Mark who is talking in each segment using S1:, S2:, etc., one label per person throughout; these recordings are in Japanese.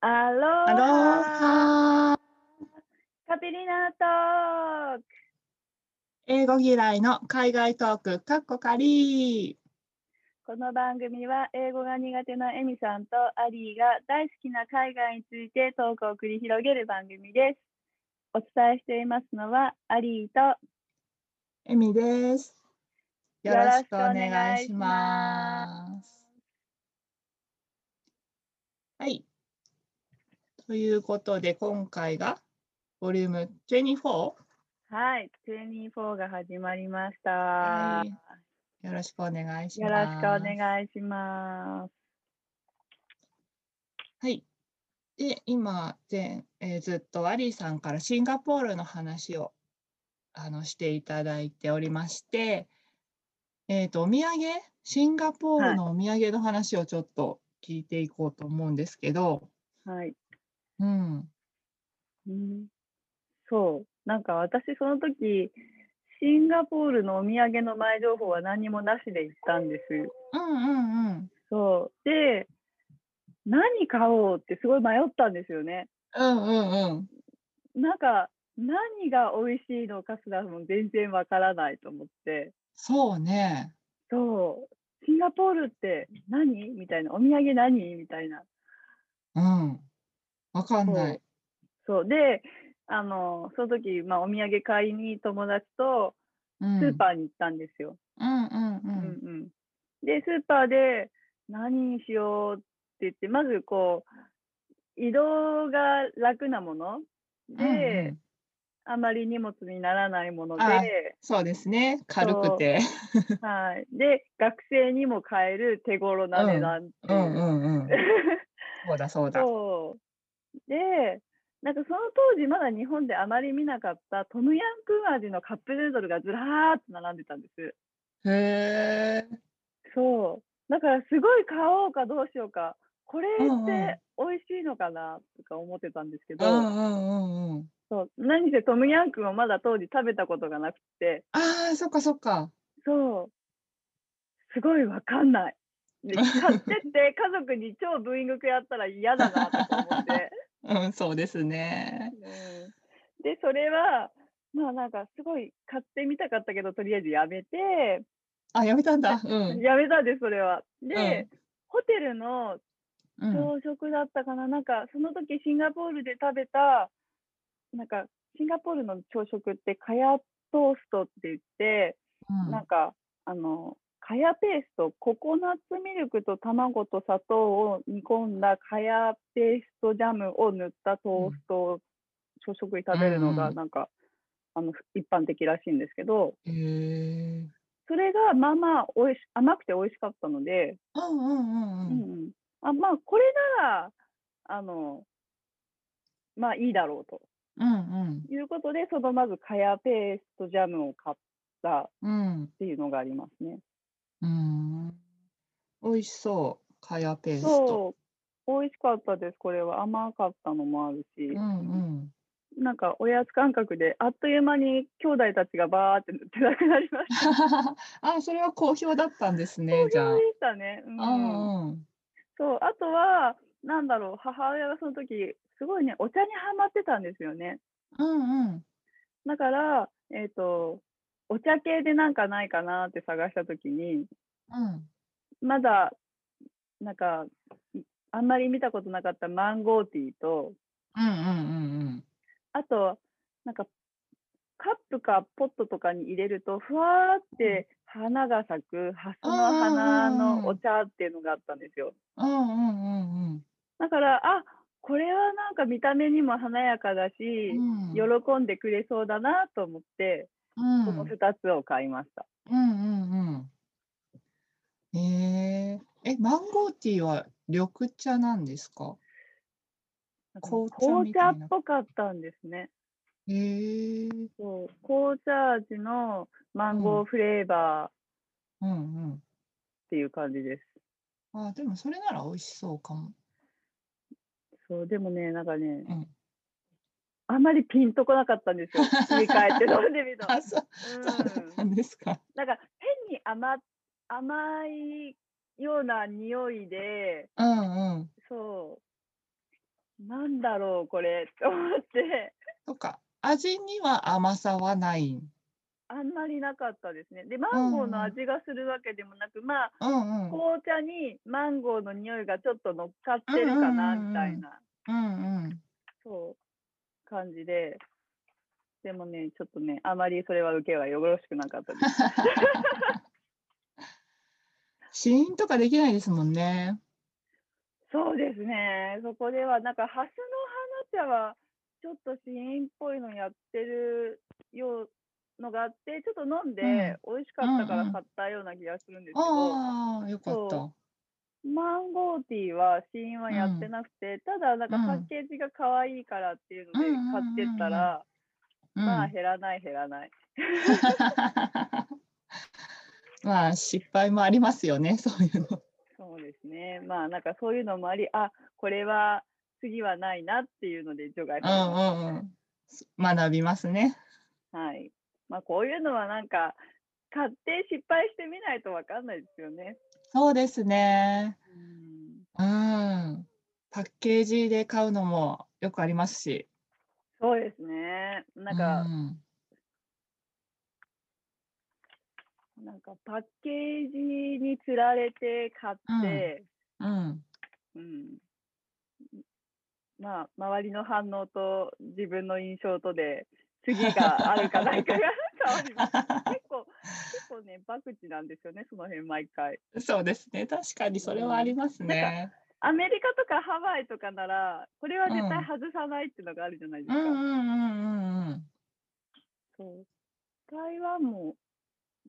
S1: アロ
S2: アロ
S1: ハ
S2: ハ
S1: カピリナトーク
S2: 英語嫌いの海外トーク、カッコカリー。
S1: この番組は英語が苦手なエミさんとアリーが大好きな海外についてトークを繰り広げる番組です。お伝えしていますのはアリーと
S2: エミです。よ
S1: よ
S2: ろ
S1: ろ
S2: し
S1: し
S2: く
S1: く
S2: お
S1: お
S2: 願
S1: 願
S2: い
S1: い
S2: し
S1: し
S2: ま。
S1: ます
S2: はい。ということで、今回がボリューム 24?
S1: はい、24が始まりました。
S2: はいよろしくお願いし
S1: よ
S2: ます。
S1: ろしくお願いします。
S2: はい。で、今、前えーずっとアリーさんからシンガポールの話をあのしていただいておりまして、えーと、お土産、シンガポー
S1: は
S2: ル
S1: い
S2: のお土産の話をちょっと聞いていこうと思うんですけど、
S1: はい、
S2: うん。
S1: うんそう、なんか私その時シンガポールのお土産の前情報は何もなしで行ったんです。
S2: うんうんうん。
S1: そうで何買おうってすごい迷ったんですよね。
S2: うんうんうん。
S1: なんか何が美味しいのかすらも全然わからないと思って
S2: そうね。
S1: そうシンガポールって何みたいなお土産何みたいな
S2: うん。わかんない。
S1: そうであのその時、まあ、お土産買いに友達と
S2: うん。
S1: スーパーに行ったんですよ。
S2: うんうんう。
S1: うんんうん、でスーパーで何にしようって言ってまずこう移動が楽なもので、
S2: うんうん
S1: あまり荷物にならないもので,、
S2: あ
S1: は
S2: そうですね。軽くて。
S1: い、で学生にも買える手頃な値段って
S2: う
S1: い
S2: ん
S1: う。
S2: うん うん。そうだそうだ。
S1: そうでなんかその当時まだ日本であまり見なかったトムヤンクン味のカップヌードルがずらーっと並んでたんです。
S2: へえ。
S1: そう。だからすごい買おうかどうしようか、これっ
S2: うんうん
S1: て美味しいのかなとか思ってたんですけ
S2: う
S1: ど、
S2: んうんうんうん。
S1: そう何せトムヤンクンをまだ当時食べたことがなくて、
S2: ああ、そっかそっか。
S1: そう。すごいわかんない。 で買ってって家族に超ブーイング食やったら嫌だなとか思 って。
S2: うん、そうですね。
S1: うんで、それは、まあなんかすごい買ってみたかったけど、とりあえずやめて、
S2: あ、やめたんだ。うん。
S1: やめたんです、それは。で、
S2: うん
S1: ホテルの
S2: うん、
S1: 朝食だったかな、なんかその時シンガポールで食べたなんかシンガポールの朝食ってカヤトーストって言って、なんかあのカヤペーストココナッツミルクと卵と砂糖を煮込んだカヤペーストジャムを塗ったトーストを朝食に食べるの
S2: う
S1: が
S2: ん
S1: なんか、あの一般的らしいんですけど
S2: へえ。
S1: それがまあまあおいし甘くて美味しかったので、
S2: うんうんう
S1: う
S2: んうん。
S1: んうんあまあこれならあのまあいいだろうと
S2: うん
S1: いうことでそのまずカヤペーストジャムを買ったっ
S2: うん。
S1: ていうのがありますね。
S2: うん。美味しそう。カヤペースト。
S1: そう美味しかったですこれは甘かったのもあるし、
S2: うんうん。
S1: なんかおやつ感覚であっという間に兄弟たちがバーって塗ってなくなりました。
S2: あ、それは好評だったんですね。じゃ
S1: そうでしたね。うん
S2: あ。うんうん。
S1: そうあとはなんだろう母親がその時すごいねお茶にハマってたんですよね。
S2: うんうん。
S1: だから、えっ、と、お茶系でなんかないかなって探したときに、
S2: うん。
S1: まだ、なんか、いあんまり見たことなかったマンゴーティーと、
S2: うんうん
S1: あと、なんか、カップかポットとかに入れると、ふわーって花が咲く、ハスの花のお茶っていうのがあったんですよ。
S2: うんうん。うんうんうんうん。
S1: だから、あこれはなんか見た目にも華やかだし、
S2: うん
S1: 喜んでくれそうだなと思って、
S2: うん
S1: この2つを買いました。
S2: うんうんうん。えー、え、マンゴーティーは緑茶なんですか
S1: なんか
S2: 紅茶
S1: 紅
S2: みた
S1: 茶
S2: い
S1: っ
S2: な
S1: ぽかったんですね。
S2: えー、
S1: そう紅茶味のマンゴーフレーバーっ
S2: うん
S1: ていう感じです。
S2: うん。あ、でもそれなら美味しそうかも。
S1: そうでもね、なんかね、
S2: うん、
S1: あまりピンとこなかったん ですよ。振り返って飲んでみたら。
S2: あ、そう
S1: うん、
S2: そうだったんですか。
S1: なんか変に甘甘いような匂いで、
S2: うんうん。
S1: そなんだろうこれと思って
S2: とか味には甘さはないん。
S1: あんまりなかったですねでマンゴーの味がするわけでもなく、まあ
S2: うんうん。
S1: 紅茶にマンゴーの匂いがちょっと乗っかってるかな
S2: うんうんうんうん
S1: みたいな、
S2: うんうん。
S1: そう感じででもねちょっとねあまりそれは受けはよろしくなかったです
S2: 試飲とかできないですもんね。
S1: そうですねそこではなんかハスの花茶はちょっとシーンっぽいのやってるようのがあってちょっと飲んで美味しかったか
S2: うんう
S1: ら
S2: ん
S1: 買ったような気がするんですけど、
S2: ああ、よかった。
S1: そマンゴーティーは試飲はやってなくて、ただなんか
S2: うん
S1: パッケージが可愛いからっていうので
S2: うんうんうんうん
S1: 買ってったら、
S2: うん、
S1: まあ減らない減らない。
S2: まあ失敗もありますよね、そういうの。
S1: そうですね。まあなんかそういうのもあり、あこれは次はないなっていうので除外されま
S2: うんうんうん。学びますね。
S1: すはい。まあこういうのはなんか買って失敗してみないとわかんないですよね。
S2: そうですね。うん。パッケージで買うのもよくありますし。
S1: そうですね。なんか、
S2: うん
S1: なんかパッケージにつられて買って。
S2: うん。
S1: うん、まあ周りの反応と自分の印象とで次があるかないかが 変わります結構結構ね博打なんですよねその辺毎回
S2: そうですね。確かにそれはありますね。
S1: アメリカとかハワイとかならこれは絶
S2: う
S1: 対
S2: ん
S1: 外さないっていうのがあるじゃないで
S2: う
S1: す
S2: ん
S1: か、
S2: うんうんうんうん。
S1: そう台湾も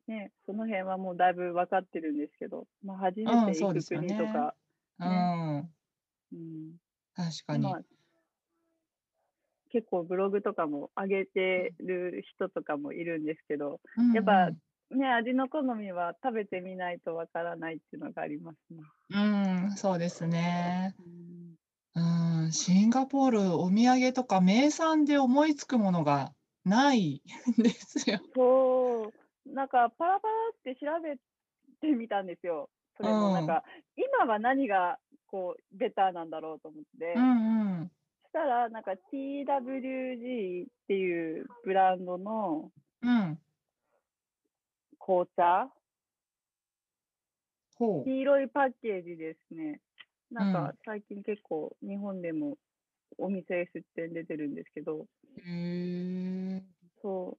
S1: ねその辺はもうだいぶ分かってるんですけど、まあ、初
S2: う
S1: め
S2: ん
S1: て
S2: そ
S1: 行
S2: うで
S1: く
S2: すよ
S1: 国
S2: ね
S1: とか、
S2: うん。
S1: うん
S2: 確かに
S1: まあ。結構ブログとかも上げてる人とかもいるんですけど、やっぱ
S2: うん
S1: ね、味の好みは食べてみないとわからないっていうのがありますね。
S2: うん、うん、そうですね。うん、シンガポールお土産とか名産で思いつくものがないんですよ。
S1: そう、なんかパラパラって調べてみたんですよ。それもなんか、今は何がこうベターなんだろうと思って、
S2: うんうん。
S1: そしたらなんか TWG っていうブランドの
S2: うん。
S1: 紅茶、
S2: ほう。
S1: 黄色いパッケージですね。なん
S2: うん
S1: か最近結構日本でもお店出店出てるんですけど、
S2: へえ。
S1: そう。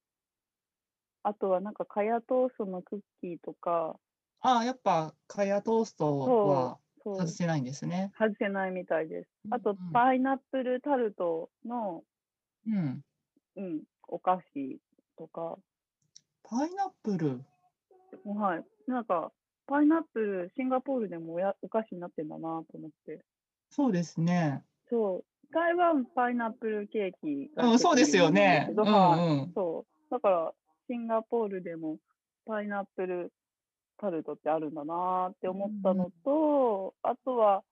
S1: あとはなんかカヤトーストのクッキーとか、
S2: ああ、やっぱカヤトーストは
S1: そう
S2: 外せないんですね。
S1: 外せないみたいです。あ
S2: う
S1: と
S2: んうん
S1: パイナップルタルトの、
S2: うん。
S1: うん、お菓子とか、
S2: パイナップル。
S1: はい。なんかパイナップルシンガポールでもおやお菓子になってんだなと思って。
S2: そうですね。
S1: そう。台湾パイナップルケーキが
S2: うん、そうですよね。
S1: 結構
S2: う
S1: 有名
S2: ん
S1: なんですけどはい
S2: うん。
S1: そう。だから、シンガポールでもパイナップルタルトってあるんだなーって思ったのと、あとは、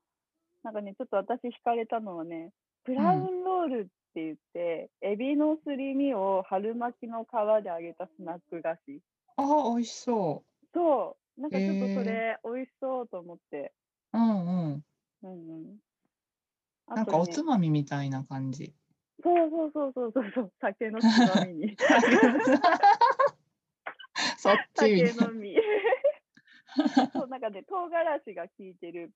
S1: なんかね、ちょっと私惹かれたのはね、ブラウンロールって言って、エビのすり身を春巻きの皮で揚げたスナック菓子。
S2: ああ、美味しそ
S1: そう。なんかちょっとそ
S2: へ
S1: れ、美味しそうと思って。
S2: う。うんうん。
S1: うんうん。あ
S2: なん
S1: と
S2: かお
S1: ね
S2: つまみみたいな 感じ。
S1: そうそうそうそうそうそう、酒のつまみに。
S2: そっちみ
S1: 酒
S2: たいな
S1: のみ。 そう、なんかね、唐辛子が効いてるって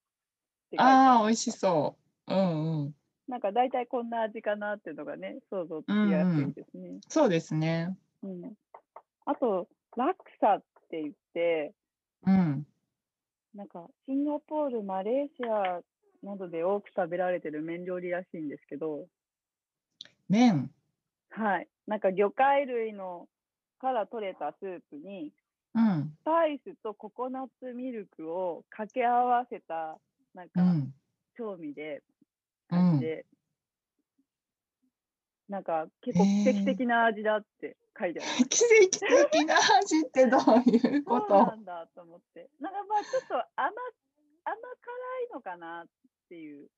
S1: 書いて
S2: あ
S1: あ
S2: あ、美
S1: る。
S2: 味しそう。うんうん。
S1: なんか大体こんな味かなっていうのがね、想像つきやすいですね。
S2: そうですね。
S1: うんあと、ラクサって言って、
S2: うん。
S1: なんかシンガポール、マレーシアなどで多く食べられてる麺料理らしいんですけど、
S2: 麺。
S1: はい。なんか魚介類のから取れたスープに、
S2: うん。
S1: スパイスとココナッツミルクを掛け合わせた、なん
S2: う
S1: か、
S2: ん。
S1: 調味で
S2: う
S1: 感
S2: ん
S1: じ。で、なんか結構奇跡的な味だって書いてある。
S2: 奇跡的な味ってどういうこ
S1: そう
S2: と
S1: な。んだと思って。なんかまあちょっと甘甘辛いのかなっていう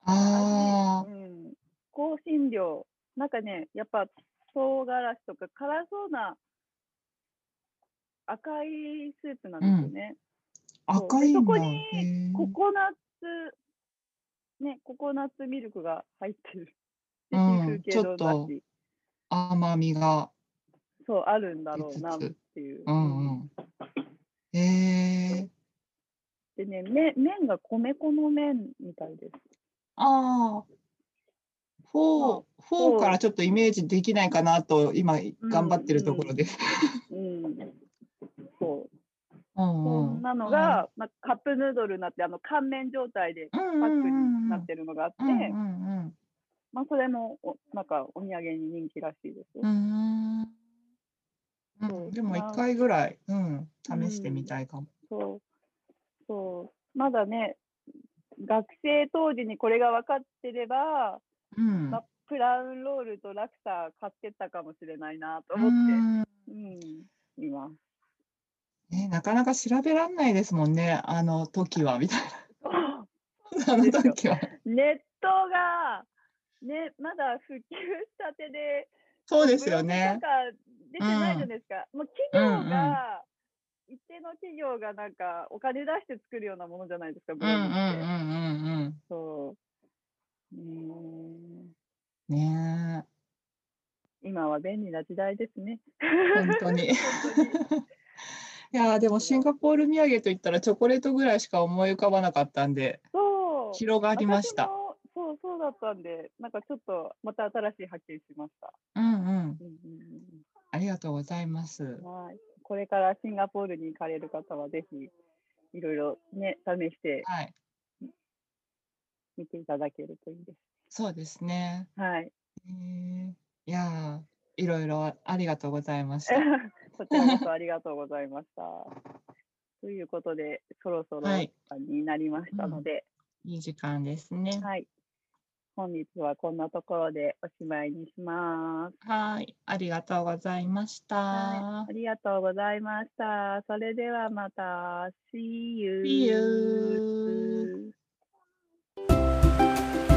S2: あ
S1: 味。うん。香辛料。なんかね、やっぱ唐辛子とか辛そうな赤いスープなんですよね。
S2: あ、
S1: そう
S2: 赤いんだ。
S1: そこに
S2: へー
S1: ココナッツね、ココナッツミルクが入ってる。
S2: う
S1: で
S2: ん
S1: シーフード
S2: ちょっと
S1: だし、
S2: 甘みが。
S1: そう、あるんだろうなっ
S2: 出つつ
S1: ていう。
S2: うんうん。えー、
S1: でね、め麺が米粉の麺みたいです。
S2: ああ。フォー、フ
S1: フ
S2: ォ
S1: ォ
S2: ー
S1: ー
S2: からちょっとイメージできないかなと、今頑張ってるところです。
S1: うん。そう。
S2: うん
S1: こ
S2: うん
S1: んなのが、まあ、カップヌードルになって、あの、乾麺状態で
S2: パ
S1: パックになってるのがあって、
S2: うんうん
S1: まあ、それもお、なんか、お土産に人気らしいですよ
S2: うんう。んう
S1: そ
S2: ん
S1: う
S2: でも
S1: まあ
S2: 一回ぐらい、うん、試してみたいかも。
S1: そう。そう。まだね、学生当時にこれが分かってれば、
S2: うん。
S1: まあ、プラウンロールとラクサ買ってたかもしれないなと
S2: う
S1: 思って、
S2: ん
S1: うん、 今。
S2: ね、なかなか調べられないですもんね、あの時はみたいな。あ
S1: う
S2: の
S1: ですよ
S2: 時は。
S1: ネットが、ね、まだ普及したてで、
S2: そうですよね
S1: ブログと。か出てないじゃないですか。もう企業が、一定の企業がなんかお金出して作るようなものじゃないですか、ブ
S2: うん
S1: ロ
S2: うんう
S1: グって。
S2: んうん
S1: そう。ね
S2: うん。ね
S1: え今は便利な時代ですね。
S2: え本当に。 い やーでもシンガポール土産といったらチョコレートぐらいしか思い浮かばなかったんで
S1: そう。
S2: 広がりました
S1: 私。もそうそうだったんで、なんかちょっとまた新しい発見しました。
S2: うんうん。
S1: うんうん
S2: ありがとうございます
S1: うん。はい。これからシンガポールに行かれる方はぜひいろいろね試して
S2: はい。
S1: 見ていただけるといいです。
S2: そうですね。
S1: はい。
S2: えーいやーいろいろあありがとうございました。
S1: こちらこそありがとうございました。ということで、そろそろ
S2: はい
S1: 時間になりましたので、
S2: いい時間ですね。
S1: はい。本日はこんなところでおしまいにします。
S2: はい、ありがとうございました。
S1: はい、ありがとうございました。それではまた。See you.
S2: See you.